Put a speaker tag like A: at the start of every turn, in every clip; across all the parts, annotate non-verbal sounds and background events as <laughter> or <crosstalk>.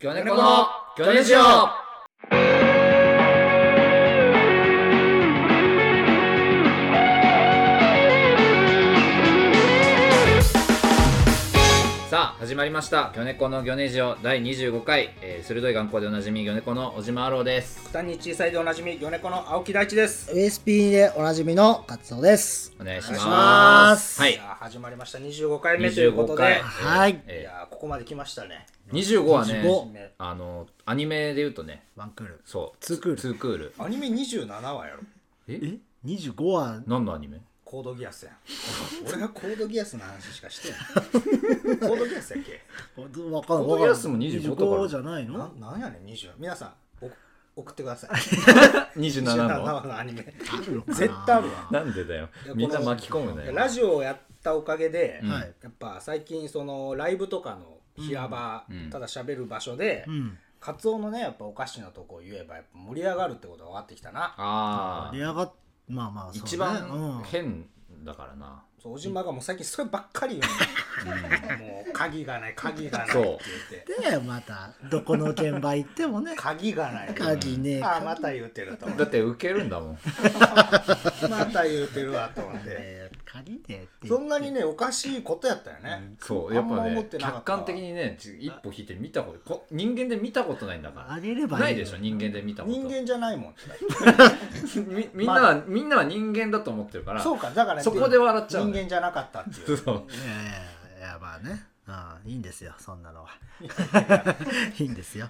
A: この魚ネジオさあ始まりました「魚猫の魚ネジオ」第25回、えー鋭い眼光でおなじみ魚猫の小島アローです
B: 単に小さいでおなじみ、ヨネコの青木大地です。
C: USP でおなじみのカツオです。
A: お願いします
B: お願
C: いします
A: はい
B: いやー始まりました。25回目ということ
A: 25回
B: で。
C: はい。
B: い
A: え
B: やーここまで来ましたね。
A: ー、25はね
C: 25
B: ね
A: あのアニメで言うとね
C: ワンクール。
A: そう
C: ツークール
A: ツークール
B: アニメ27話やろ。
C: え ?25 は
A: 何のアニメ
B: コードギ
A: <laughs>
B: アスやん。俺がコードギアスの話しかしてない。コードギアスやっけ
C: わかんない。わかんない
A: コードギアスも25とか
C: じゃない
B: な
C: の
B: なんやねん、20。皆さん、お送ってください。
A: 27
B: 27 <laughs>
A: の
B: 話のアニメ。
C: あるのかな
B: 絶対あるわ。
A: なんでだよ
B: い
A: <laughs>
B: や
A: みんな巻き込むね
B: ラジオをやったおかげで、
A: うん
C: はい。
B: やっぱ最近、そのライブとかの平場、
A: うん
B: ただ喋る場所で、
C: うん。
B: カツオのねやっぱおかしなとこを言えばやっぱ盛り上がるってことが分かってきたな
A: あ
C: 出
A: あ
C: 上がっ、まあまあ、そうね
A: 一
C: うん
A: 番変だからな
B: そうおじまがもう最近そればっかり言うの、もう鍵がない鍵がないって
A: そう
B: 言って、
C: で、また、どこの現場行っても
A: <laughs>
C: ね
B: 鍵がない
C: 鍵ね、
B: あまた言うてると思っ
A: だってウケるんだもん
B: てまた言うてるわと思って
C: えー鍵でって。
B: そんなにねおかしいことやったよね、
A: そうやっぱ
B: あんま思
A: ね
B: ってなかった
A: 客観的にねち一歩引いて見たことこ人間で見たことないんだ
C: あ
A: か
C: げれば
A: ら
C: いい。
A: ないでしょ人間で見たこと
B: 人間じゃないもん
A: <laughs> みみんなはみんなは人間だと思ってるから
B: そうかだから
A: そこで笑っちゃう
B: 人
A: の
B: 間じゃなかったっ
A: <laughs>
B: ていう
A: そう
C: いやいやいや、まあね。うん、いいんですよ、そん
A: <laughs>
C: なのは。いいんですよ。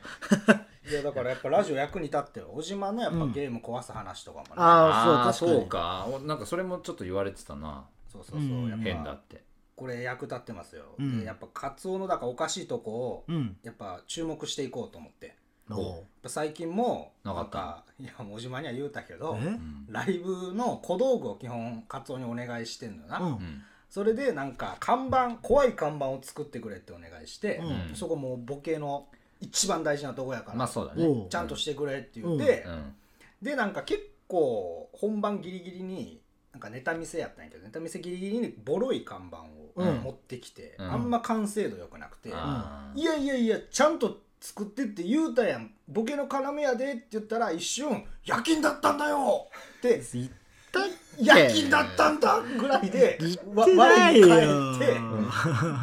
B: いやだからやっぱラジオ役に立ってよおじまのやっぱゲーム壊す話とかもね、
C: あ
A: ああ
C: あ、そう、確か
A: そうかお
C: に。
A: なんかそれもちょっと言われてたな
B: そうそうそう、
C: うん
B: やっぱ
A: 変だって
B: これ役立ってますよ、
C: うん
B: でやっぱカツオのだからおかしいとこを
C: うん。
B: やっぱ注目していこうと思ってやっ
C: おう
B: ぱ最近も
A: なかった
B: なんいやもうおじまには言うたけど
C: え
A: うん
B: ライブの小道具を基本カツオにお願いしてんのよな、
C: うん
A: う。ん
B: それでなんか看板怖い看板を作ってくれってお願いして、
A: うん
B: そこもうボケの一番大事なとこやから、
A: まあそうだね
C: おう
B: ちゃんとしてくれって言って、
A: うん
B: でなんか結構本番ギリギリになんかネタ見せやったんやけどネタ見せギリギリにボロい看板
C: う
B: を
C: ん
B: 持ってきて、
A: うん
B: あんま完成度良くなくて、
A: あー
B: いやいやいやちゃんと作ってって言うたやんボケの要やでって言ったら一瞬「夜勤だったんだよ!」って
C: 言ったっ
B: 「夜勤だったんだ!」ぐらいで
C: 言って
B: わ
C: ないよ
B: 我に返って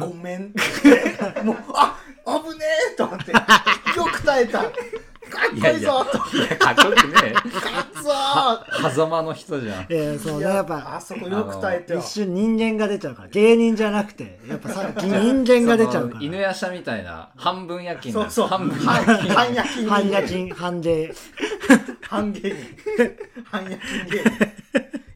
B: 「ごめん」ってもう「あ危ねえ!」と思って「よく耐えた!」かっこいいぞと
A: いやかっこよくね
B: かっぞー
A: 狭間の人じゃん
C: けえー、そう
B: い
C: ね、やっぱ
B: あ。そこよく耐えてよ
C: 一瞬人間が出ちゃうから芸人じゃなくてやっぱさ <laughs> 人間が出ちゃ
A: そ
C: う
A: の
C: から
A: 犬夜叉みたいな半分夜勤
B: そ
A: な
B: うそう
A: 半分
B: 半半夜勤
C: 半夜勤半で
B: 半芸人半夜勤芸人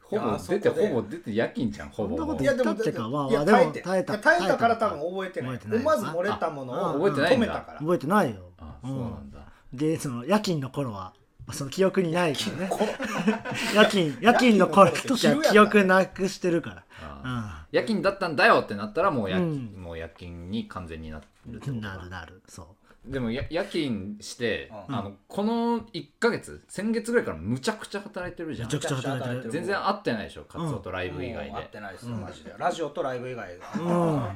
A: ほぼ出てほぼ出て夜勤じゃんほぼ
C: そんなこと
B: いやでも
C: だってかまあ
B: いや
C: まあ
B: 耐
C: で
B: え
C: も
B: て
C: 耐えた
B: いや耐えたから多
C: 耐えた
B: 分覚えてない
C: 覚えてない
B: 思わず漏れたものを
C: あ
A: 覚えてない
B: 止
A: んだ
B: めたから
C: 覚えてないよ
A: あ
C: う
A: そうなんだ、
C: でその夜勤の頃はその記憶にないからね
B: こ
C: 夜勤夜勤の頃と
B: 昼や
C: か
B: から
C: 記憶なくしてるか
A: あ
C: ら
A: 夜勤だったんだよってなったらもう夜,、
C: うん
A: もう夜勤に完全になるって
C: う
A: こ
C: ん
A: とか
C: なるなるそ
A: でもや夜勤して、
B: うん
A: あのこの1か月先月ぐらいからむちゃくちゃ働いてる
C: う
A: じゃ
C: め
A: ん
C: ちゃくちゃ働いてる
A: 全然合ってないでしょカツオとライブ以外
B: もう合っ
A: で、
B: てないですよマジでラジオとライブ以外
C: うん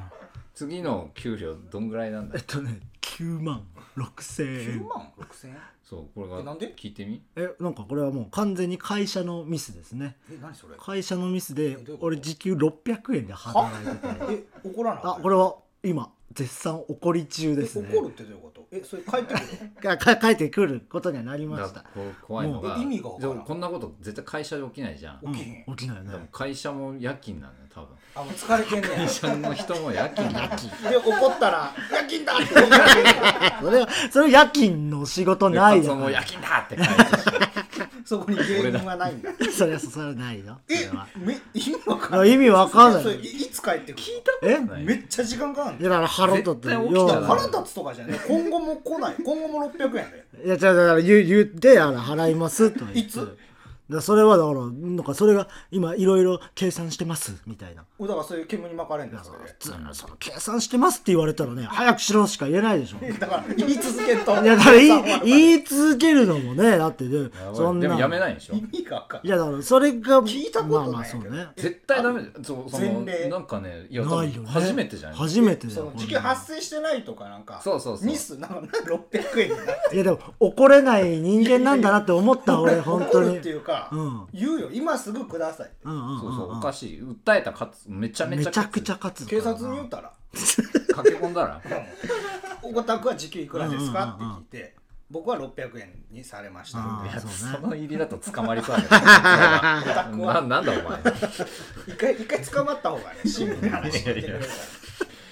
A: 次の給料どんぐらいなんだ
C: えっとね9万6000
B: 9
C: 円
B: 万6千円
A: そうこれ
B: えな
A: が
B: んで
A: 聞いてみ
C: えなんかこれはもう完全に会社のミスですね
B: え何それ
C: 会社のミスで
B: どういうこと
C: 俺時給600円で働いてて
B: え怒らない
C: あこれは今絶賛怒り中
B: え
C: ですね
B: 怒るってどういうことえそれ帰ってくる
C: かか <laughs> 帰ってくることにはなりま
A: だ
C: し
A: か
C: た
A: らこう怖いのが
B: もうえ意味がわからん
A: でもこんなこと絶対会社で起きないじゃん
B: 起きへん
C: うん、起きないよ
A: でも
C: ね
A: 会社も夜勤なんだよ多分
B: あもう疲れてんねん
A: 会社の人も夜勤なんだよ
B: で怒ったら「夜勤だ!」って怒られる
C: <laughs> それはそれ夜勤の仕事ない
A: でカツオも
C: よ
A: 夜勤だって書いてた
B: そこに芸人はないんだ
C: それはそれはないよそれ
B: え
C: は
B: め意味わかん
C: あ
B: ない
C: 意味わかんない
B: それいいつ帰ってくるの
C: えい
A: ない
B: めっちゃ時間かかんの
C: やだから腹立って
A: 絶対起きたら
B: 腹立つとかじゃね今後も来ない今後も600円で
C: いやじゃあだから言う言ってあの払いますとは言っ
B: い
C: て
B: つ
C: らそれはだからなんかそれが今いろいろ計算してますみたいな
B: だからそういう煙に巻かれんです
C: 普通のその計算してますって言われたらね早くしろしか言えないでしょい
B: だから言い続けんと
C: やだ
B: <laughs>
C: から言い言い続けるのもねだってね
A: やばい
C: そんな
A: でもやめないでしょ
B: 意味がわかんない
C: いやだからそれが
B: 聞いたことない
C: まあまあそうね
A: 絶対ダメだよそうその
B: 前例
A: なんかねいや多
C: ない
A: 分
C: よね
A: 初めてじゃない
C: 初めてだ
B: そ
C: よ
B: の時給発生してないとかなんか
A: そうそうそう
B: ミスなんか600円になって
C: いやでも怒れない人間なんだなって思った俺 <laughs> 本
B: 怒
C: 当
B: る
C: に
B: っていうか、
C: うん
B: 言うよ今すぐください
C: うんうんうん
A: そううんそうおかしい訴えたかつめちゃめち
C: め
A: ゃ
C: ちゃくちゃ勝つ
B: 警察に言うたら
A: <laughs> 駆け込んだら
B: 「お宅は時給いくらですか?」って聞いて「僕は600円にされました」
C: あ
A: い
B: みたい
C: ー
A: や
B: な
A: そ
C: そうね
A: の入りだと捕まり <laughs> そうだけど <laughs> ななんだお前
B: 一回一回捕まった方がね市民の話聞いてくれるか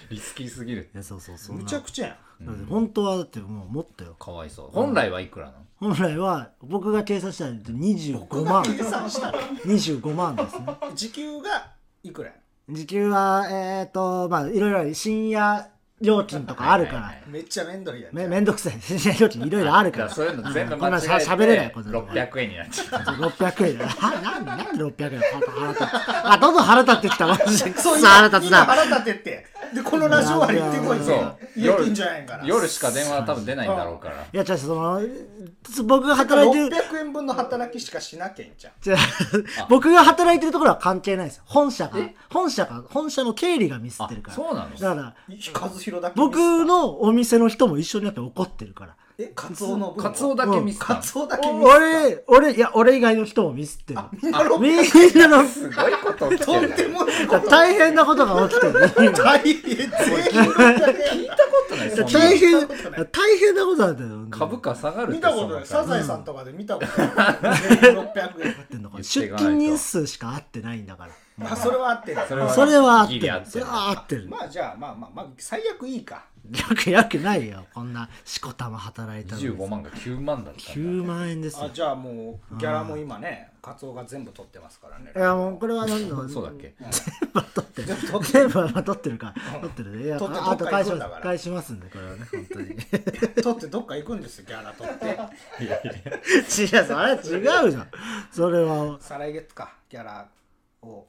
A: リスキーすぎる
C: いやそうそうそ
B: ら
C: う
B: むちゃくちゃやん
C: だって本当はだってもうもっとよ
A: かわいそう本来はいくらなの
C: 本来は僕が計算したら25万
B: 計算したら
C: 25万ですね
B: 時給がいくらや
C: 時給はえっ、ー、とまあいろいろある深夜料金とかあるか
A: はいはい
C: ら
A: はい
B: めっちゃ面倒いやん
C: め
B: じゃあ
C: めんどくさい深夜料金いろいろあるか
A: だかららそういうの全部
C: こん
A: 間
C: な
A: 違
C: し
A: えて
C: ゃべれないこんなの
A: 600円になっちゃう
C: 600円だはなんなんで600円腹立つあどんどん腹立ってきたマジでくそ
B: そう
C: 腹立つ
B: 今
C: な
B: 腹立てってでこのラジオ終わり行ってこい
A: そ
B: ぞ
A: う
B: 言えてんじゃないから
A: 夜しか電話は多分出ないんだろうから
C: いや、じゃあその、僕が働いてる、
B: 600円分の働きしかしなきゃいいんじゃん
C: じゃあ僕が働いてるところは関係ないですよ。本社が、本社が、本社の経理がミスってるか
A: あ
C: ら。
A: そうなの
C: だから、
B: 和弘だけ
C: 僕のお店の人も一緒になって怒ってるから。
B: えカツオの分
A: カツオだけミスった
B: カ
A: の
B: ツオだけミスった
C: 俺、俺、いや、俺以外の人もミスってる。
B: みんなロ
C: み
B: ケ
C: んなの、
A: すごいこと起き
B: と
A: て
B: んで
A: る
B: もないこと
C: 大変なことが起きてる。
B: 大変全員聞いたこ
A: ない
B: と
A: そんな
C: 大変、
B: 見たことない
C: 大変なことなんだよ。
A: 株価下がる
B: 見たことない
A: その
B: サザエさんとかで見たことない全員600円
C: なんか
A: 言ってい
C: 出
A: かないと
C: 勤人数しか合ってないんだか
B: あそれは合ってる
A: それ
C: ら。
A: は
C: それは合っ
A: ギ
C: て
A: リ
C: る
A: 合っ。て
C: そ
A: る
C: れは合ってる。
B: まあじゃあまあまあまあ最悪いいか
C: よくよくないよこんなしこたま働いたのに
A: 15万が9万だったん
C: 9万円ですよ
B: あじゃあもうギャラも今ねカツオが全部取ってますからね
C: いやもうこれは何
A: だ
C: 度
A: そうだっけ <laughs>
B: 全部取って
C: 全部は取ってるか取ってるねいや
B: 取って
C: あと
B: どっか行
C: 返し
B: くん
C: ま
B: だ
C: す
B: から
C: 返しますんでこれはね本当に <laughs> 違う
B: 取ってどっか行くんですよギャラ取って
C: それは違うじゃんそれは <laughs>
B: 再来月かギャラを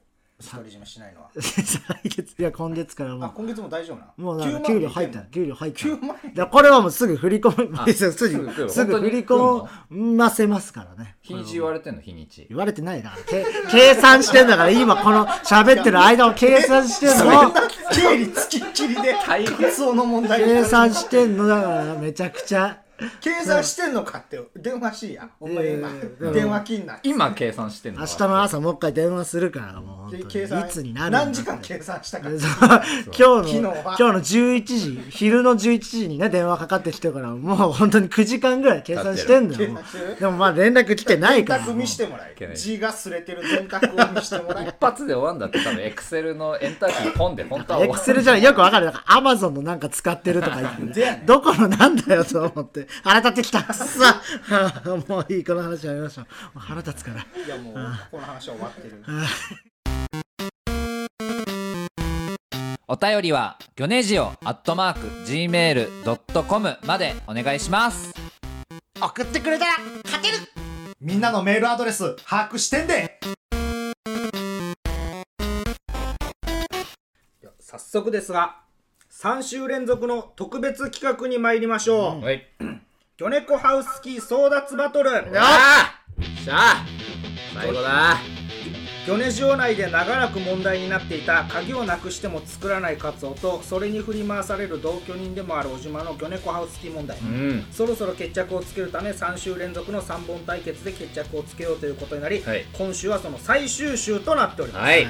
B: 独り占めしないのは
C: 来月いや今月から
B: あ
C: も
B: 今月も大丈夫な
C: うもうだ
B: 9
C: から
B: 万
C: 給料
B: <laughs>
C: 入った
B: い
C: 給料入った
B: けんの9万
C: だからこれはもうすぐ振り込
A: あ
C: み <laughs> ですよす
B: <laughs>
A: すぐ来
C: ぐ
A: る
C: すぐ
A: 本当
C: 振
A: に
C: り込ませますからね
A: 日にち言われてんの日にち
C: 言われてないなけ計算してんだから今この喋ってる間を計算してん
B: そ
C: の
B: んな経理つきっきりで
A: 大変
B: カツオの問題
C: 計算してんのだからめちゃくちゃ
B: 計算してんのかって電話しいやお前今
C: いやいやいや
B: 電話切んない
A: 今計算してんの
C: 明日の朝もう一回電話するからもう本当に
B: 計算
C: いつになるんだ
B: 何時間計算したか
C: そう今日の
B: 昨日は
C: 今日の11時昼の11時にね電話かかってきてからもう本当に9時間ぐらい計算してんだよもう
B: 計算してる
C: でもまあ連絡来てない
B: 電
C: から
B: 卓
C: もう
B: 見してもら
A: いけな
B: え
A: い
B: 字が擦れてる電卓を見してもらえ <laughs>
A: 一発で終わんだって多分エクセルのエンターキーポンで本当は
C: エ
A: 終わ
C: ク
A: ん
C: セルじゃないよくわかるなんかアマゾンのなんか使ってるとか言
A: <laughs>
C: ってどこのなんだよと思って腹立ってきたくっさ <laughs> もういいこの話やりましょうもう腹立つから
B: いやもうこの話は終わってる
A: お便りはギョネジオアットマーク Gmail.com までお願いします
C: 送ってくれたら
B: みんなのメールアドレス把握してんで早速ですが3週連続の特別企画に参りましょう、
A: はい
B: ギョネコハウスキー争奪バトル
A: よっしゃあ最後だ
B: ギョネジオ内で長らく問題になっていた鍵をなくしても作らないカツオとそれに振り回される同居人でもある小島のギョネコハウスキー問題、
A: うん
B: そろそろ決着をつけるため3週連続の3本対決で決着をつけようということになり、
A: はい
B: 今週はその最終週となっております、
A: はい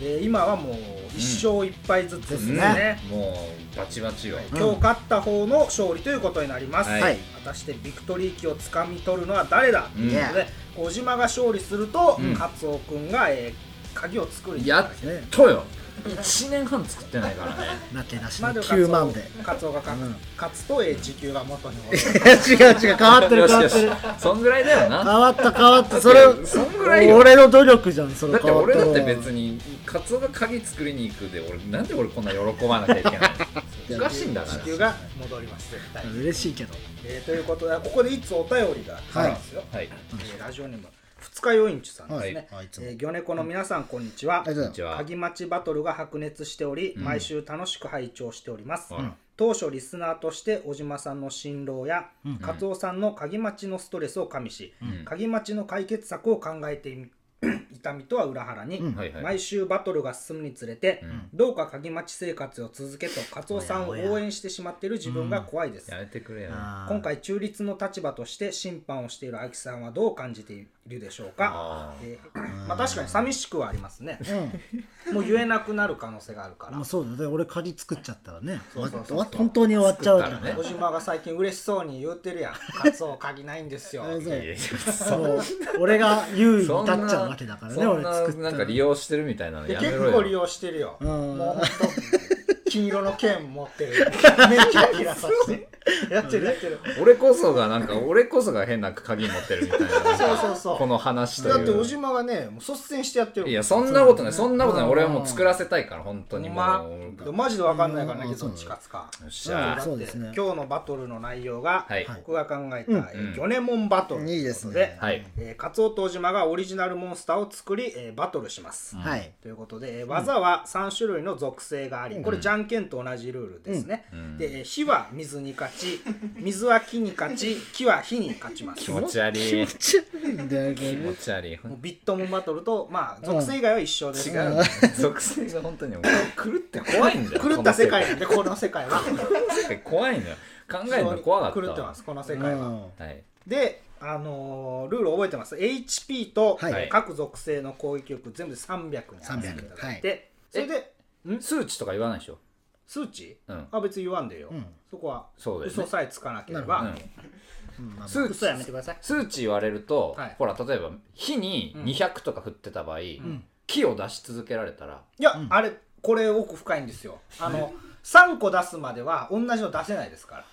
B: えー今はもう1勝1敗ずつですね,、
A: もうバチバチよ
B: 今日勝った方の勝利ということになります、
A: はい
C: はい
B: 果たしてビクトリー旗をつかみ取るのは誰だ、
A: うん
B: ということで小島が勝利すると、
A: うん
B: カツオくんが、えー鍵を作る
A: やっ
C: ね
A: とよ1年半作ってないからね
C: なってなし
B: まあでもカツオ
C: 9万で
B: カツオが勝つ,、
C: うん
B: 勝つと、えー時給が元に戻る
C: <laughs> 違う違う変わってる
A: よ
C: 変
A: し
C: わ
A: よ
C: って
A: し
C: る
A: そんぐらいだよ
C: 変
A: な
C: わった変わったそれ
A: そんぐらいよ
C: 俺の努力じゃんそれ
A: だって俺だって別
C: に
A: にカツオが鍵作りに行くで俺なんで俺こんな喜ばなきゃいけないのおかしいんだか
B: 時
A: ら
B: 給が戻ります絶対、
C: 嬉しいけど
B: えーということでここでいつお便りが来たんですよ、
A: はい
B: えーラジオネーム二日酔いんちさんですね、
C: はいあいつも
B: えー魚猫の皆さんこんにちは、
C: ありがとうござ
A: こ
C: いま
A: んにち
C: す
A: は
B: 鍵待ちバトルが白熱しており、毎週楽しく拝聴しております、
A: うん
B: 当初リスナーとして小島さんの辛労や、カツオさんの鍵待ちのストレスを加味し、鍵待ちの解決策を考えてみ <clears throat> いた身とは裏腹に、
A: はいはい
B: 毎週バトルが進むにつれて、どうか鍵待ち生活を続けとカツオさんを応援してしまっている自分が怖いです、
A: やめてくれよ。
C: あー
B: 今回中立の立場として審判をしている秋さんはどう感じているでしょうか
A: あ、
B: えーまあ、確かに寂しくはありますね、もう言えなくなる可能性があるから
C: <laughs> まあそうだよね俺鍵作っちゃったらね
B: そうそうそう
C: わ本当に終わっちゃうから
A: 作ったら
C: ね
A: ね
B: 小島が最近嬉しそうに言うてるやん「カツオ鍵ないんですよ」
C: あそう
A: いやいや
C: そう俺が優位
A: そ
C: に
A: ん
C: 立
A: な
C: っちゃうわけだからね
A: そ
C: 俺
A: んな
C: 作った
A: なんから利用してるみたいなの
B: で
A: やめ
B: 結
A: ろ
B: 構
A: よ。
B: 利用してるよ、
C: ん
B: もうほんと金色の剣持ってる目キラキラさしてやってるやってる
A: 俺こそがなんか俺こそが変な鍵持ってるみたいな。
B: そうそうそう
A: この話と
B: だって
A: い
B: 小
A: う。
B: 島がねもう率先してやってるもん
A: いやそんなことないそんなことない。
C: うん
A: 俺はもう作らせたいから本当にもう。
B: ま
A: よ
B: マジで分かんないから
C: う
B: ね
C: ん
B: けどどっち勝つか
A: っしゃ
C: そうですね
B: 今日のバトルの内容が、
A: はい
B: 僕が考えた、えーギョネモンバトルと
C: いい
B: い
C: で
B: う
C: す
B: こと
C: ね
B: で
A: はい。
B: えーカツオと小島がオリジナルモンスターを作り、えーバトルします、
C: はい
B: ということで、えー技は3種類の属性があり、これじゃんけんと同じルールですね、で、えー火は水に勝ち水は木に勝ち木は火に勝ちます
A: 気
B: も
A: 持ち悪い。気
B: <laughs>
C: ちょっとだけ
A: 持
C: ど
A: ち悪い。
B: うビットモンバトルとまあ属性以外は一緒です、
A: 違うね。属性が本当
B: <laughs>
A: にもう <laughs> 狂って怖いんだよ。
B: 狂った世界なんでこの世界は
A: 怖いのよ。考えるの怖かったわ。
B: 狂ってますこの世界は、
A: はい。
B: で、あのールール覚えてます HP と
C: はい
B: 各属性の攻撃力全部で300に合わせていただいて、それで
A: 数値とか言わないでしょ。
B: 数値、
A: うん
B: あ別に言わんでよ、そこは
A: そうだよね
B: 嘘さえつかなければ、
A: うん
B: うん
A: 数
B: 嘘やめてください
A: 数値言われると、
B: はい
A: ほら例えば火に200とか振ってた場合、木を出し続けられたら、
B: いや、あれこれ奥深いんですよあの3個出すまでは同じの出せないですから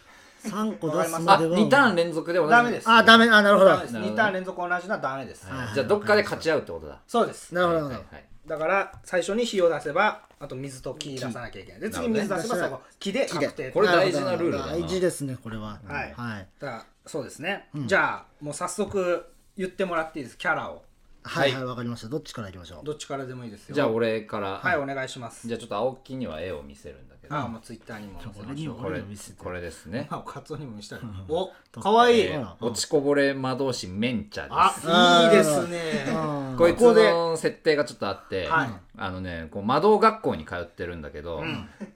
C: 3個出すま
A: あ
C: では
A: 2ターン連続で同じ
B: ダメです
C: あダメあなるほど
B: ダメです
A: なるほど
B: 2ターン連続同じのはダメです、
A: はいじゃあどっかで勝ち合うってことだ
B: そうです
C: なるほど
A: は
C: ないるほ
A: はい
B: だから最初に火を出せばあと水と木出さなきゃいけないで次
A: なる
B: 水
A: ほ
B: 出せば最後木で
C: ど
B: 確定
A: これ大事なルールだな
C: 大事ですねこれは
B: はい
C: はい
B: だからそうですね、じゃあもう早速言ってもらっていいですキャラを
C: はいはいわかりましたどっちからいきましょう
B: どっちからでもいいですよ
A: じゃあ俺から、
B: はいお願いします
A: じゃあちょっと青木には絵を見せるんだけど、
B: ああもうツイッターにも載せましょう
C: も
A: こ
C: 俺
A: れ
C: に見せて
A: これですね、
B: <laughs> あカツオにも見せたいおかわいい、
A: えー
C: あ
A: 落ちこぼれ魔導士メンチャです
B: あいいですね
C: あ
A: こいつ
B: ここで
A: の設定がちょっとあって、
B: はい
A: あのねこう魔導学校に通ってるんだけど、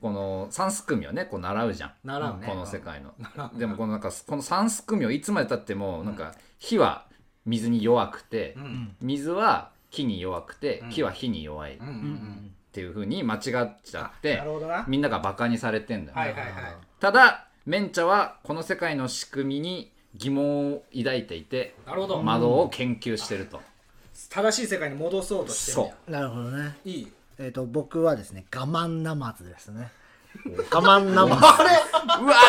A: この三すくみをねこう習うじゃん
B: 習うね
A: この世界のでもこのなんかこの三すくみをいつまでたってもなんか火は水に弱くて、
B: ん
A: 水は木に弱くて、木は火に弱いっ
B: うんうんうん
A: ていうふうに間違っちゃって、
B: なるほどな
A: みんながバカにされてんだよ、
B: はいはいはい
A: ただメンチャはこの世界の仕組みに疑問を抱いていて
B: なるほど
A: 魔導を研究してると、
B: 正しい世界に戻そうとしてるんや
C: なるほどね
B: いい
C: えっと僕はですね我慢なまずですね我慢なまず
B: あれ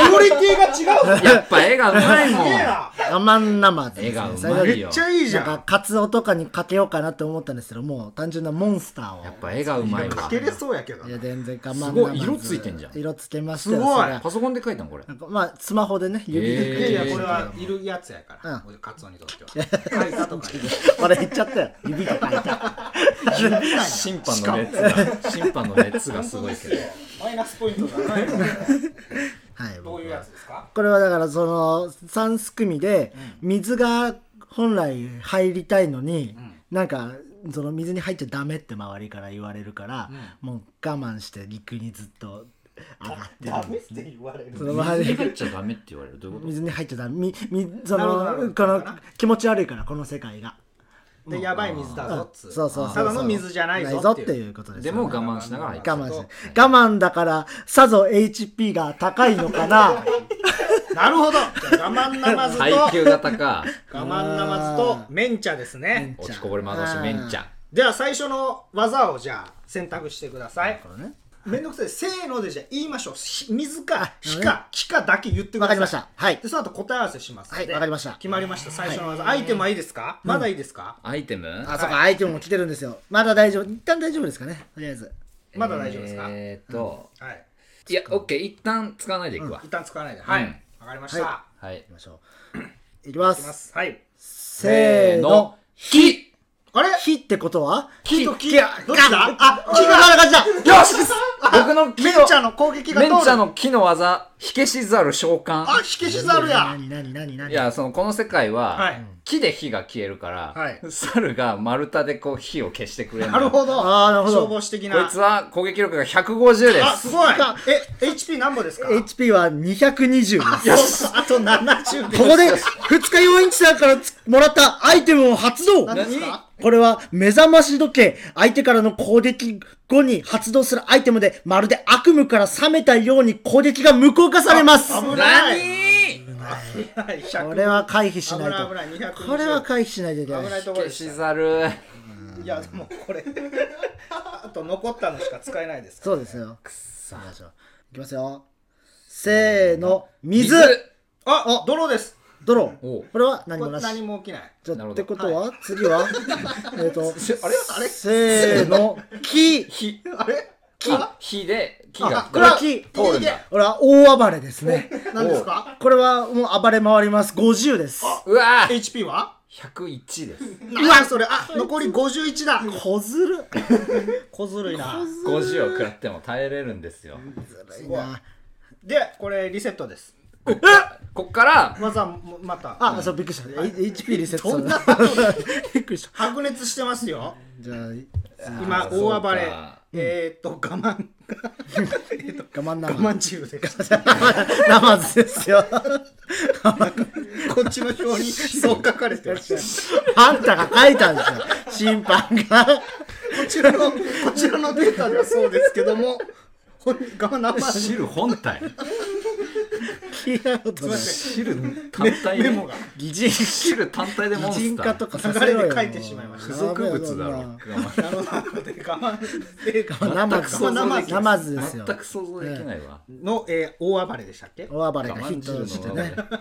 B: クオリティが違う
A: やっぱ絵がうまいもん
B: すげえな
C: 我慢なまず
A: 絵
C: です
A: が
C: ね
A: う
C: それ
A: ま
C: で
A: いよ
B: めっちゃいいじゃ
C: なん
B: ん
C: かカツオとかにかけようかなって思ったんですけどもう単純なモンスターを
A: やっぱ絵がうまいわ
B: かけれそうやけど
C: い
B: な
C: や全然我慢
A: すごい
C: なまず
A: 色ついてんじゃん
C: 色つけまし
B: す
C: た
B: ごい
C: それ
A: パソコンで描いたのこれ
C: なんかまあスマホでね指
A: えー
C: で
B: い
C: 書い
B: やい
C: て
B: やこれはいるやつやから、カツオにとっては絵画とかに
C: 俺言っちゃっ
B: <laughs>
C: たよ指が書いた
A: 審判の熱が審判の熱がすごいけど
B: マイナスポイントじゃないの
C: はい
B: どういうやつですか
C: これはだからその3すくみで水が本来入りたいのに、なんかその水に入っちゃダメって周りから言われるから、もう我慢して陸にずっと上がってるんですね。
B: 言われる
C: その周り
A: 入っちゃダメって言われるどういうこ
C: 水に入っちゃダメみみそ
B: なるほどなるほ
C: の
B: ど
C: この気持ち悪いからこの世界が
B: でやばい水だぞっつ
C: そうそうそう
B: ただの水じゃないぞ
C: って
B: っていう
C: いうこと
A: と
C: です
A: で
C: よ
A: も
C: ね、
A: 我慢しながら入っちゃ
C: 我
A: う
C: 慢して我慢だからさぞ HP が高いのかな
B: なるほど我慢なまずと
A: 耐久型か
B: 我慢なまずとメンチャですね
A: 落ちこぼれ魔導士メンチャ
B: では最初の技をじゃあ選択してください
C: これね
B: めんどくさいせーのでじゃあ言いましょうひ水か火か木かだけ言ってくだ
C: わ
B: さ
C: か
B: い
C: りましたはい
B: でその後答え合わせしますので
C: はいわかりました
B: 決まりました最初の技、アイテムはいいですか、まだいいですか
A: アイテム
C: あ、そうか、アイテムも来てるんですよ。まだ大丈夫。一旦大丈夫ですかね、とりあえず。
B: まだ大丈夫ですか、
A: えーっと
B: はい
A: いやオッケー一旦使わないでいくわ
B: 一旦使わないではいわ
A: う、ん
B: かりました、
C: は
A: はい
C: 行きま。
B: い、きますすはい
C: せーの。
B: 火あれ
C: 火ってことは
B: 火
C: と
B: と木
C: 木や
B: どっちだ
C: あ、木がある感じだ
A: よし僕の木
C: メンチャの攻撃が通
A: メ
C: る。
A: ンチャの木の技、火消しざる召喚。
B: あ、火消しざるや
C: 何何何何
A: いや、その、この世界は、
B: はい
A: 木で火が消えるから、
B: はい
A: 猿が丸太でこう火を消してくれる
B: なるほど。
C: あーなるほど
B: 消防士的
A: こ。
B: ない
A: つは攻撃力が150で
B: あ、
A: す。
B: すごいえ、HP 何本ですか
C: HP は220です。
B: しあと70で
C: ここで、二日用インチさんからつもらったアイテムを発動
B: 何ですか
C: これは目覚まし時計、相手からの攻撃後に発動するアイテムで、まるで悪夢から覚めたように攻撃が無効化されます。
B: 危
C: こ
B: な
A: 何
B: い危ない100
C: れは回避しないと。
B: 危ない危ない220
C: これは回避しないといけない
B: 危ないとこ
A: 消
B: でし
A: したざる。
B: いやでもこれ <laughs> あと残ったのしか使えないです
C: そうですよ。くっそ。いきますよ。せーの、水
B: あ泥です
C: ドロ
A: おう
C: ー。これは何
B: こ
C: も
B: れ
C: な
B: 何
C: し。
B: も起きない
C: じゃ
A: なるほ
C: あっ
A: ど
C: てことは、次
B: <laughs>
C: は、えっと、
B: あれあれ
C: せーの、木。
A: 火、
B: あれ
A: 木、火で、木
C: あ
A: が
C: これは
A: 通
C: 木
A: るんだ。
C: これは大暴れですね。
B: 何ですか
C: これはもう暴れ回ります。50です。
A: うわぁ
B: HP は
A: !101 です。
B: うわそれあ残り51だ
C: 小ずる。
B: <laughs> 小ずるいな
A: 50を食らっても耐えれるんですよ。
B: すごいでこれリセットです
A: こっから、
B: 技もまた
C: あ、そう、びっくりした。え HP リセット
B: そ
C: さ
B: ん
C: れ
B: な
C: た。 <laughs> びっくりした。
B: 白熱してますよ
C: じゃあ、
B: 今
A: あー
B: 大暴れ
A: そうか
B: えーっと我慢えーっと
C: 我慢な
B: 我慢中
A: <laughs>
B: で
C: ナマズですよ。
B: こっちの表
A: <laughs>
B: にそう書かれてました
C: あんたが書いたんですよ。審判
B: <laughs>
C: が。
B: こちらの、こちらのデータではそうですけども、ほん我慢し
A: 汁本体。
C: 聞いたことない。
A: 汁単体
B: メ
A: で。
B: モが
A: 擬人汁単体でモン
C: 擬
A: ス
C: 人
A: タ
C: 化
A: ー
C: と。かさせ
B: 流
C: ろ
B: れ
C: よ。
B: で書いてしまいました
A: 不足物だろ。
B: なので我慢データ
C: ナマ
A: 全
C: ズ。
A: く
C: ナ
A: 想像
C: マ
A: できな
C: ズ
A: い
C: ナマズですよ。
A: 全く想像できないわ。
B: の、えー大暴れでしたっけ
C: 大暴れ
A: 我
C: がヒ
A: 慢
C: ットして
A: 汁の
C: ね。
B: あ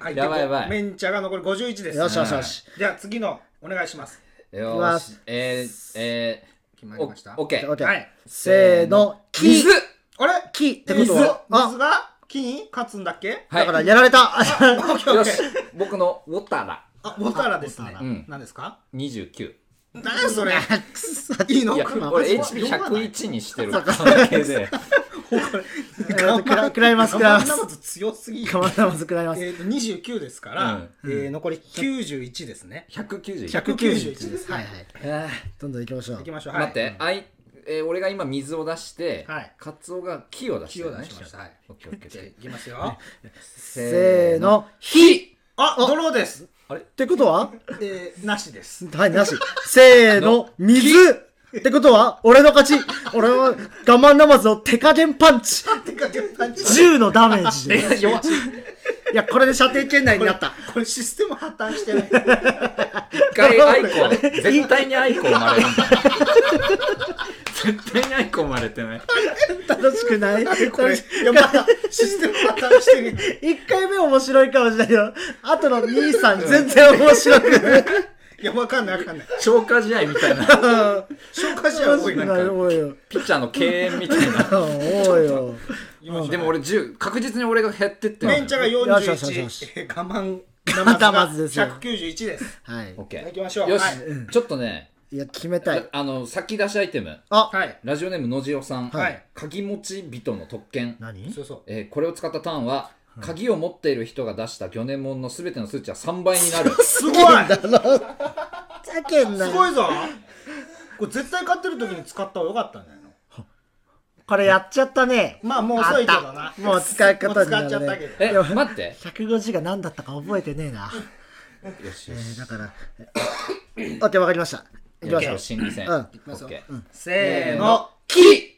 B: はい
A: やばいやばい
B: メンチャが残り51です。
C: よしよしよし。
B: じゃあ次の、お願いします。
A: よ
C: ま
A: ー
C: す
A: し、えー、え
B: 決ま
A: ー、
B: り
A: お
B: ました。
A: オッケ
C: オッ
A: ー。
C: ケ
B: は
C: ー
B: い。
C: せーの、木。
A: 水
B: あれ
C: 木ってこと
B: 水
C: は、あ
B: 水、が木に勝つんだっけ
A: は
C: だ
A: い
C: からやられた。
B: オッケーオ
A: よ
B: ッケ
A: し
B: ー。、
A: 僕のウォタラ
B: あ、ボタラですね
A: ボタラ。
B: 何ですか
A: 29。
B: 何それ
C: くそ
B: いいの
A: いや、俺 HP101 にしてる関係で。
C: えーとくら食らいます、食ら
B: 我
C: いま
B: 慢
C: す。
B: ナマズ強すぎ。
C: かまなまず食らいます。
B: えーと、29ですから、えー残り91ですね。
A: 191。
B: 191です。は
C: はい
B: い。
C: はい。
A: あ
C: どんどん行きましょ
B: いうき。ましょう。はい
A: 待って、あい、えー、俺が今水を出して
B: はい、
A: カツオが木を出して
B: 火
A: る
B: を
A: ね。
B: 出しました。はい。
A: オッケーオッケーオッ
B: じ
A: ケ
B: ゃあ、
A: ー
B: い。きますよ。
C: せー。の。
A: 火
B: あ、ドローです。
C: ってことは
B: えー、なしです。
C: <laughs> はい、なし。せーの。水ってことは俺の勝ち俺は我慢ナマズを手加減パンチ
B: てか、てか、
C: 10のダメージです。
A: 弱っ
C: いや、これで射程圏内になった。
B: これシステム破綻してない。
A: 一回アイコン、
B: <laughs>
A: 絶対にアイコン生まれるんだ。絶対にアイコン生まれてない。
C: 楽しくない
B: これ、
C: 楽し
B: いや、まだシステム破綻してる。
C: 1回目面白いかもしれないけど、後の2、3全然面白くない。
B: いや、わかんない、わかんない。
A: 消化試合みたいな。
B: 消化試合多い
C: な
B: な。
C: い。おいよ。
A: ピッチャーの敬遠みたいな。
C: おいよ。
A: でも俺10、確実に俺が減ってって
B: メンチャが
C: よしよしよし
B: 41。えー我慢。
C: 我慢ですよ
B: 191です。
C: はい
A: オッ。ケ
B: いた
A: ー。
B: だきましょう
A: よし
B: はい、
A: ちょっとね、
C: いや、決めたい。
A: あの、先出しアイテム。
C: あ、
B: はい。
A: ラジオネームのじおさん。
B: はい
A: 鍵持ち人の特権。
C: 何
B: そうそう。
A: えーこれを使ったターンは、鍵を持っている人が出した魚年門のすべての数値は3倍にな
B: <laughs>
A: る。
B: すごい
C: ざけんな
B: すごいぞこれ絶対買ってる時に使った方がよかったんじゃないの
C: これやっちゃったね。
B: まあもう遅いけどな
C: あったもう使い方に
B: もう使っちゃ
C: な
B: っ
C: る
B: たけ
A: え、
B: ど。
C: ねいや
A: 待って。
C: 150が何だったか覚えてねえな。
A: よし
C: え
A: よし。
C: ー、だから。オッケー、わかりました。いきましょう。
A: 心理戦。
C: うん
A: オ
B: きますよ
A: ッケー。
B: せーの
C: 木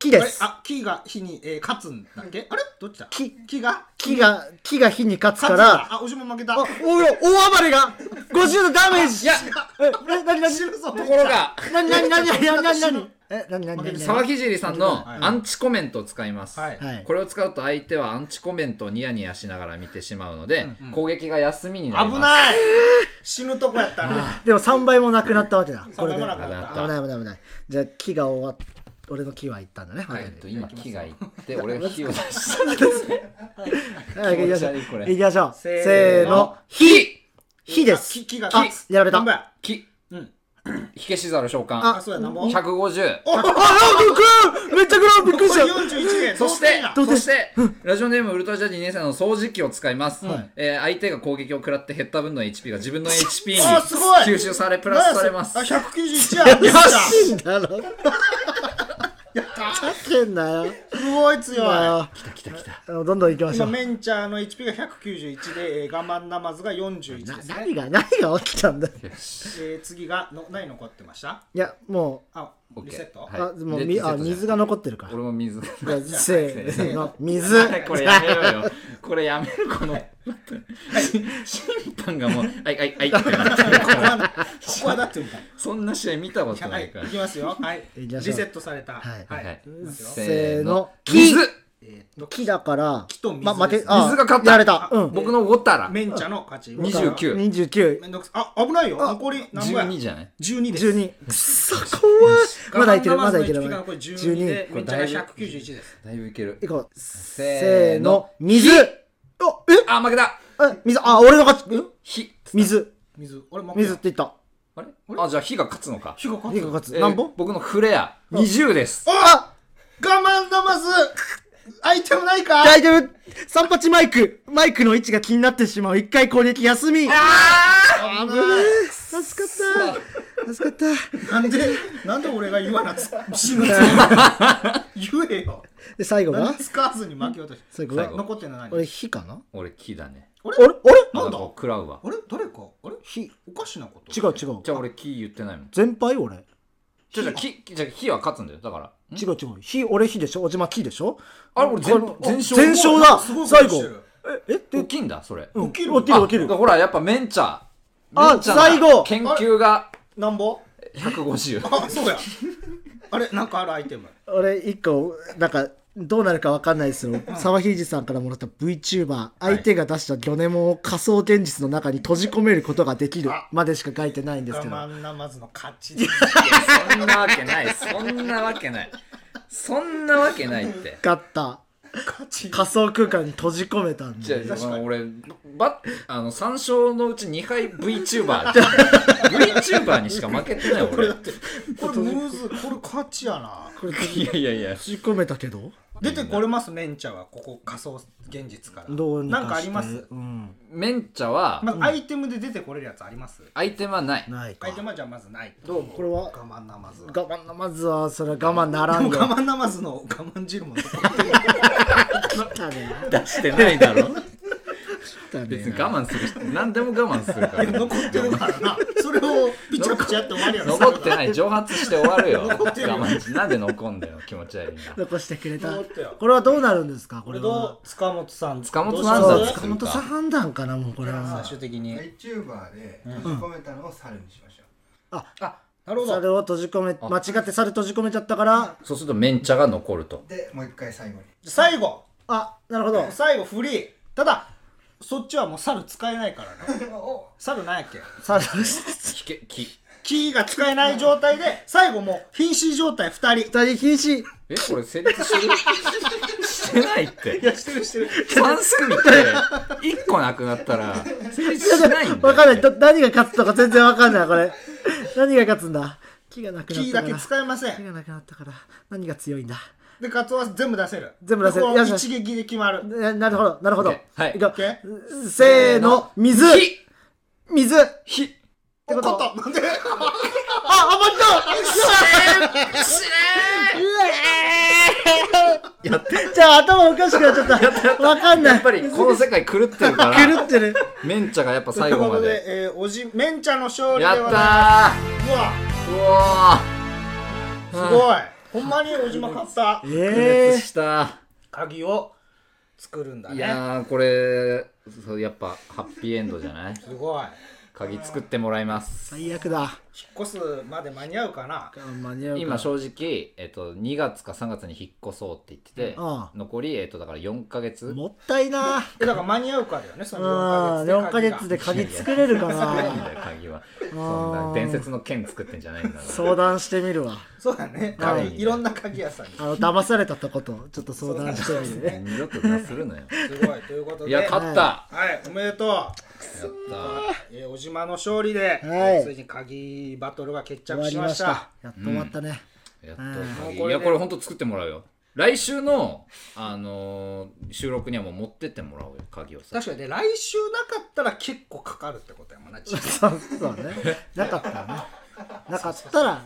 C: 木
B: あ
C: で
B: れ
C: す。
B: あ木が火に、えー、勝つんだっけあれどっちだ
C: 木
B: 木が
C: 木が、木が火に勝つ
B: 勝つ
C: か
B: んだ
C: ら、
B: あおじも負けた
C: おおい大暴れが50のダメージ
A: いや、
C: え、な、なになに
B: 死ぬぞ
A: ところが、
C: なになになになになになになにえ、なになになに
A: 沢木尻さんの
B: はい
A: アンチコメントを使います。
B: はい
C: はい
A: これを使うと相手はアンチコメントをニヤニヤしながら見てしまうので、攻撃が休みになります。
B: 危ない死ぬとこやったな
C: でも3倍もなくなったわけだ。こ
B: こ
C: れ
B: れ
C: で。
B: も
C: 危な
B: ないかっ
A: 危
B: た
A: な
C: 危ない危ない。じゃあ、木が終わっ、俺の木は行ったんだね。はい
A: えっと、今、木がいって、俺が火を出した。
C: はい、行きましょう。
A: 気持ち悪いこれ
C: 行きましょう。
B: せーの
C: せーの。
A: 火
C: 火です
B: 木木が
C: あやられた
B: なんぼや
A: き、
B: うん
A: 火消しざる召喚。
B: あ、そうやな、もう。
A: 150。
C: ああくめっちゃくらびっくりした
B: 41円。
A: そして、
B: ど
A: そ
B: う
C: 同点
A: して、ラジオネームウルトラジャージ2年生の掃除機を使います。
C: はい
A: えー相手が攻撃を食らって減った分の HP が自分の HP に
B: あすごい
A: 吸収され、プ
B: せんな
A: ラスされます。
B: あ、191や。よ
C: いいんだろ
B: やったー
C: ふざけんなよ
B: すごい強い。
C: ま
A: 来た来た来た。
C: あどんどん行きまし
B: 今、
C: ょう
B: メンチャーの HP が191で、えー、我慢ナマズが41ですね。
C: 何が何が起きたんだい
B: えー、次がの、何残ってました
C: やも
B: あ、
A: オッケー
B: リセット、
A: は
C: う、
A: い
C: あもう
A: で
C: み
A: リセット
C: あ
A: じゃん
C: 水が残ってるから
A: 俺も水。 <laughs>
C: い <laughs> やせーの水
A: これやめろよ。これやめろ、この。審判がもう、はいはいはいってなってる
B: ここはな、ここはだってみたい。
A: そんな試合見たこと
B: は、
A: ない
B: い
A: いから。
B: きますよ。はい。
C: い
B: リセ
C: きましょう
B: ットされた。
C: はい
B: はい。
A: はい
B: いきますよ
C: せーの
A: 水
B: えーっと、
C: 木だから
B: 木と水
C: ま負け
B: です
C: あ
A: 水が勝った
C: やられたうん
A: 僕のウォタラ。
B: メンチャーの勝ち。
A: 29
C: 29
B: めんどくさ。あ、危ないよ。残り何ぼや
A: 12じゃない
B: 12です。
C: 12くっそ怖い
B: <laughs>
C: まだいけるまだいける
B: ガマンナマズの HP
C: まだ
B: が残り12
C: 12
B: で、
A: 12
B: メンチャーが191です。
A: だいぶいける。
C: いこう
A: せ
C: せ
A: ー
C: ー
A: の
C: の水おえ
A: あ、負けた
C: え水あ俺が勝ちん
A: 火。
C: 水
B: 水、俺も。
C: 水って言った
A: あれあ、じゃあ火が勝つのか。
B: 火が勝
C: リ
B: つ。
C: カ
B: 我
C: 勝
A: え
C: つ
A: ー
C: 何本
A: 僕のフレア。20です。
C: あ
B: 慢ナマズアイテムないか
C: 大丈夫三八マイクマイクの位置が気になってしまう一回攻撃休み
B: 危
C: 危ねえ助かった助かった
B: なんで、なんで俺が言わなつ、死ぬつ
C: <laughs>
B: 言えよ。
C: で最後
B: なん
C: が
B: で使わずに負けようとして。
C: 最後
A: 最後
C: が
B: 残ってんのは何
C: 俺火かな
A: 俺木だね。
B: あ
C: あれあれ
B: なんだ
A: こう食らうわ。
B: あれ誰かあれ
C: 火違
B: おかしなこと
C: う違う
A: じゃあ俺木言ってないもん。
C: 全敗俺
A: じゃあじゃあ木、じゃあ火は勝つんだよ。だから。
C: 違う違う火俺火でしょおじま火でしょ
A: あれ俺全
C: これ
A: 全勝
C: 全勝だ
B: すごい
C: 最後
B: すごいことしてる
C: ええで
A: 大きいんだ、それ。
C: うん
B: 起きる
C: 起きる起きる
A: あほら、やっぱメンチャー。
C: あ
A: メンチャー
C: 最後
A: 研究が
B: なんぼ
A: 150。
B: あ、そうや。あれ、なんかあるアイテム。
C: 俺一個なんかどうなるかわかんないですよ沢ひじさんからもらった VTuber 相手が出したギョネモンを仮想現実の中に閉じ込めることができるまでしか書いてないんです
B: 我
C: けど
B: 慢ナマズの勝ちです。
A: そんなわけない。そんなわけない。そんなわけないって。
C: 勝った
B: 勝ち。
C: 仮想空間に閉じ込めたん
A: じゃ
C: で
A: あ、
B: 確かに
A: 俺、ば、あの、3勝のうち2回 VTuber って。VTuber にしか負けてない、
B: こ
A: 俺
B: れだっ。て、これムーズ、これ勝ちやな。
C: これ閉
A: いやいやいや。
C: じ込めたけど
B: 出てこれます、メンチャは、ここ仮想現実から。
C: どうにかして
B: なんかあります
C: うん
A: メンチャは、
B: まずアイテムで出てこれるやつあります
A: アイテムはない。
C: ない
B: ア
C: か
B: イテムはじゃあまずない。どうも。
C: これは
B: 我慢ナマズ。
C: 我慢なまずはそれは我慢ならん
B: も
C: よ
B: う我慢ナマズの我慢汁も残ってる。
C: だね
A: 出してないだろ。
C: だね
A: 別に我慢する人。何でも我慢するから。
B: 残ってるからな。 <laughs> それをピチャピチャって終わりやろ。
A: 残ってない。蒸発して終わるよ。我
B: 残ってるよ
A: 慢しなんで残んだよ、気持ち悪いな。
C: 残してくれた
B: 残ったよ
C: これはどうなるんですかこ
B: こ
C: れ
B: れ
C: は
B: どう塚本さん。
A: 塚本
B: どうしま
A: さん
B: す
A: だ
C: そう
A: どうする
C: 塚本さん判断かなもうこれは
B: 最終的に。
D: VTuber で閉じ込めたのを猿にしましょう。
B: なるほど。
C: 猿を閉じ込め間違って猿閉じ込めちゃったから
A: そうするとメンチャが残ると。
D: で、もう一回最後に。
B: 最後、
C: あなるほど
B: 最後フリー。ただ、そっちはもう猿使えないから <laughs> ね。猿なんやっけ
C: 猿
A: ひけ、き。
B: キーが使えない状態で、最後もう瀕死状態2人。
C: 二人禁止
A: え、これ成立してるしてない
B: <laughs>
A: って。
B: いや、してるしてる。
A: 三すくみって、一個なくなったら、成立しないんだよ。
C: わかんないど何が勝つとか全然わかんないこれ何が勝つんだ木がなく
B: キーだ
C: なったか
B: け
C: ら
B: 使えません
C: 木。がなくなったから何が強いんだ
B: で、カツオは全部出せる。
C: 全部出せる
B: でこの
C: よし
B: 一撃で決まる。
C: ななるほどなるほど
A: OK はい
C: こう
B: OK
C: せーの水
A: ひ
C: 水あ
A: ひし
B: おっことなんで
C: あ余ったうわやってじゃあ頭おかしくなっちゃったわかんない
A: やっぱりこの世界狂ってるから、
C: 狂ってる
A: メンチャがやっぱ
B: と
A: 最
B: いう
A: 後
B: こ
A: ま
B: とで
A: で。、
B: えーおじ、メンチャの勝利で
A: やっ
B: は
A: た
B: な
A: ー
B: い。うわ、
A: うわ
B: すごい。ほんまにおじま勝った。
A: ー
C: え
A: 熱した。
B: 鍵を作るんだ
A: い
B: ね。
A: やー、これ、そうやっぱハッピーエンドじゃない
B: すごい。
A: 鍵作ってもらいます。
C: 最悪だ
B: 引っ越すまで間に合うかな。
C: 間に合うか
A: 今正直、えっと、2月か3月に引っ越そうって言ってて、
C: うん
A: 残り、えっと、だから4ヶ月。
C: もったいな
B: え、だから間に合うかだよね、そ
C: うん
B: の4
C: 4
B: ヶ
C: ヶ
B: 月で鍵が。
C: 月で鍵作れるか
A: ないん
C: な
A: だよ、鍵は。そんな伝説の剣作ってんじゃないんだから。
C: 相談してみるわ
B: そうだね。
A: はい
B: 鍵いろんな鍵屋さんに。
C: あの談されたとことちょっと相談してみる <laughs>
A: 二度と出するなよ。
B: すごい。ということで。
A: いや、勝った。
B: はい、おめでとう。
A: やった
B: えー、小島の勝利で、
C: はい
B: ついに鍵バトルが決
C: 終
B: 着
C: わ
B: し
C: り
B: ま
C: ま
B: し
C: したたやっと終わったね、
A: やっ
C: う
A: た
B: ん
A: いやこれ本当作ってもらうよ来週の、あのー収録にはもう持ってってもらおうよ鍵をさ
B: 確かにね来週なかったら結構かかるってことやもんな <laughs> 時間
C: そうそうねなかったらねなかったら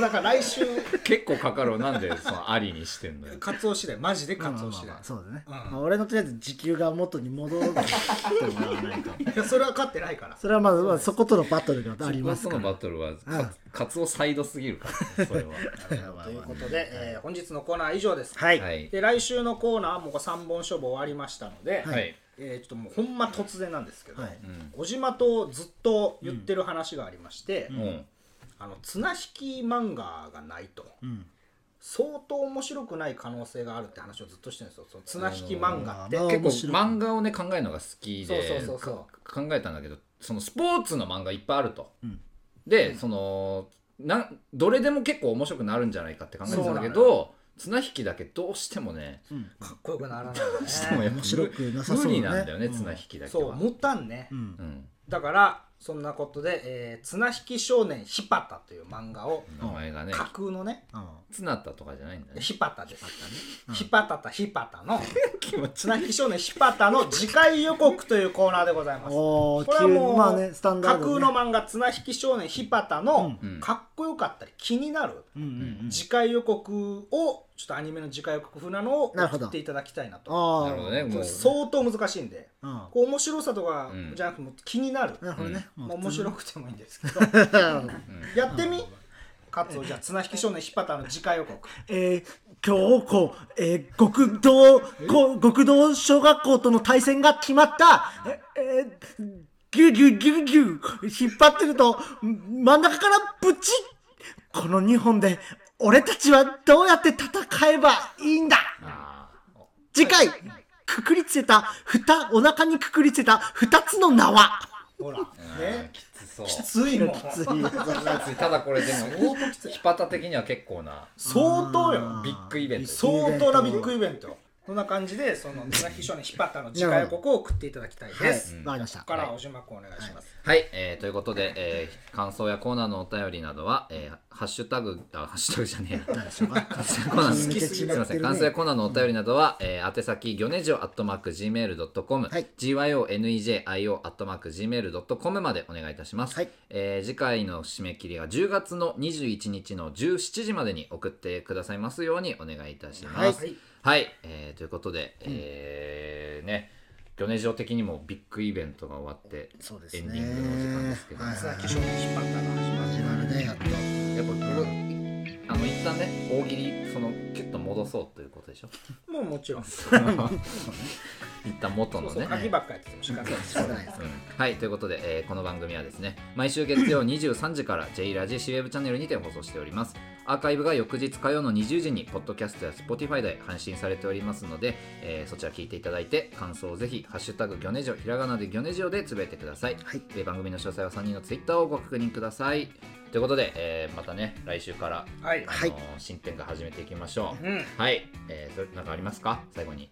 B: だから来週
A: 結構かかるわなんでそのありにしてんの
C: <laughs>
A: よ
B: カツオ次第マジでカツオ次
C: まあまあまあ
B: 第
C: そうだね、
B: うん
C: まあ、俺のとりあえず時給が元に戻ってもらわないと
B: いやそれは勝ってないから
C: それはまあまあそことのバトルがあります
A: そ
C: か
A: この
C: ら
A: バトルはかカツオサイドすぎるからそれは
B: <laughs> ということで、えー本日のコーナーは以上です、
C: はい、
A: はい
B: で来週のコーナーはもう3本勝負終わりましたので、
A: はい
B: えーちょっともうほんま突然なんですけど、
C: はい
B: 小島とずっと言ってる話がありまして、
A: うん
B: あの綱引き漫画がないと、
C: ん
B: 相当面白くない可能性があるって話をずっとしてるんですよその綱引き漫画って、
C: あのー
A: 結構
C: 面白い
A: 漫画をね考えるのが好きで
B: そうそうそう
A: か考えたんだけどそのスポーツの漫画いっぱいあると、
C: ん
A: でそのなんどれでも結構面白くなるんじゃないかって考えてたんだけ
B: そうな
A: ど綱引きだけどうしてもね
B: そうかっこよくならない、ね、 <laughs>
A: やっぱ
C: 面白くなさそうだ
A: 無
C: ね
A: 理なんだよね
C: うん
A: 綱引きだけ
B: そう
A: は、
B: 持たんね、
C: うん
A: うん
B: だからそんなことで、えー綱引き少年ひぱた」という漫画を
A: 名前がね
B: 架空のね
C: うん
A: 綱田とかじゃないんだね
B: ひぱたですひぱたたひぱた
C: <laughs>
B: の
A: 気持
B: 綱引き少年ひぱたの次回予告というコーナーでございます
C: おお
B: これは
C: 急に
B: もう、
C: まあねスタンダード、ね、
B: 架空の漫画「綱引き少年ひぱた」の、
A: うん
B: かっこよかったり気になる
C: うんうんうん
B: 次回予告をちょっとアニメの次回予告風なのを
C: なるほど
B: 送っていただきたいなと
C: ああ
A: なるほどねもう
B: 相当難しいんで
C: うん
B: こう面白さとか
A: うん
B: じゃなくても気になる、
C: なるほどね、
B: まあ
C: もう
B: 面白
C: く
B: くてもいいんですけどやってみカツオじゃあ綱引き少年ひぱたの次回予告
C: <laughs> えー、今日こう、えー、極道こ極道小学校との対戦が決まったええー、ギュギュギュギュ引っ張ってると真ん中からブチッこの2本で俺たちはどうやって戦えばいいんだ
A: あー
C: 次回くくりつけたふたお腹にくくりつけた2つの縄
B: ほら
A: あー
B: ね
A: きつそう
B: ついもん
C: つい
A: ただこれでも引っ張的には結構な
B: 相当よ
C: あー
A: ビッグイベント
B: 相当なビッグイベントそんな感じでその綱引き少年ひぱたの次回予告を送っていただきたい
C: はい
B: です、
C: わかりました
B: ここからは小島君お願いします、
A: はい、えーということで、えー感想やコーナーのお便りなどは、えーハッシュタグ、あ、ハッシュタグじゃ
C: <laughs>
A: ねえや。感想やコーナーの
C: 好き
A: す
C: す
A: い
C: ぎて
A: ません、感想やコーナーのお便りなどは、えー宛先、ギョネジオアットマーク Gmail.com、
C: はい
A: gyonejio アットマーク Gmail.com までお願いいたします。
C: はい
A: えー次回の締め切りは10月の21日の17時までに送ってくださいますようにお願いいたします。
B: はい
A: はい、えーということで、えーね、ギョネジオ的にもビッグイベントが終わって、
C: そうです
A: エ
C: ね
A: ンディングの時間ですけど、
C: はい
B: 綱引き少年ひぱたの話
C: 始まるねやっと
A: やっぱこれあの一旦ね大喜利そのキュッと戻そうということでしょ
B: もうもちろん
A: <laughs> 一旦元の
B: そう
A: ね
B: 鍵ばっかやってても仕方ないです
C: しょうがないです
A: うんはいということで、えーこの番組はですね毎週月曜23時から J ラジ C ウェブチャンネルにて放送しておりますアーカイブが翌日火曜の20時にポッドキャストや Spotify で配信されておりますので、えーそちら聞いていただいて感想をぜひ「ハッシュタグギョネジオ」ひらがなでギョネジオでつぶえてください、
C: はい
A: えー番組の詳細は3人の Twitter をご確認くださいということで、えーまたね来週から
B: はい
A: あのー新展開始めていきましょう。
B: うん
A: はい、えー、それなんかありますか最後に。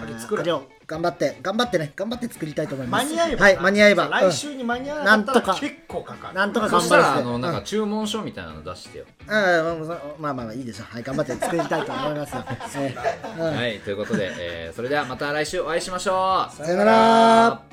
B: 鍵作る
C: あーよ頑張って頑張ってね頑張って作りたいと思いま
B: 間
C: す
B: に合えばな
C: はい間に合えば
B: 来週に間に合わなかったら結構かかる
C: なんとか
A: そ
C: 頑
A: したらあ
C: 張
A: の
C: る
A: なんか注文書みたいなの出してよ。
C: うんうんまあまあまあいいでしょうはい頑張って作りたいと思いますよえーうん
A: はいということで、えー、それではまた来週お会いしましょう。
C: さよなら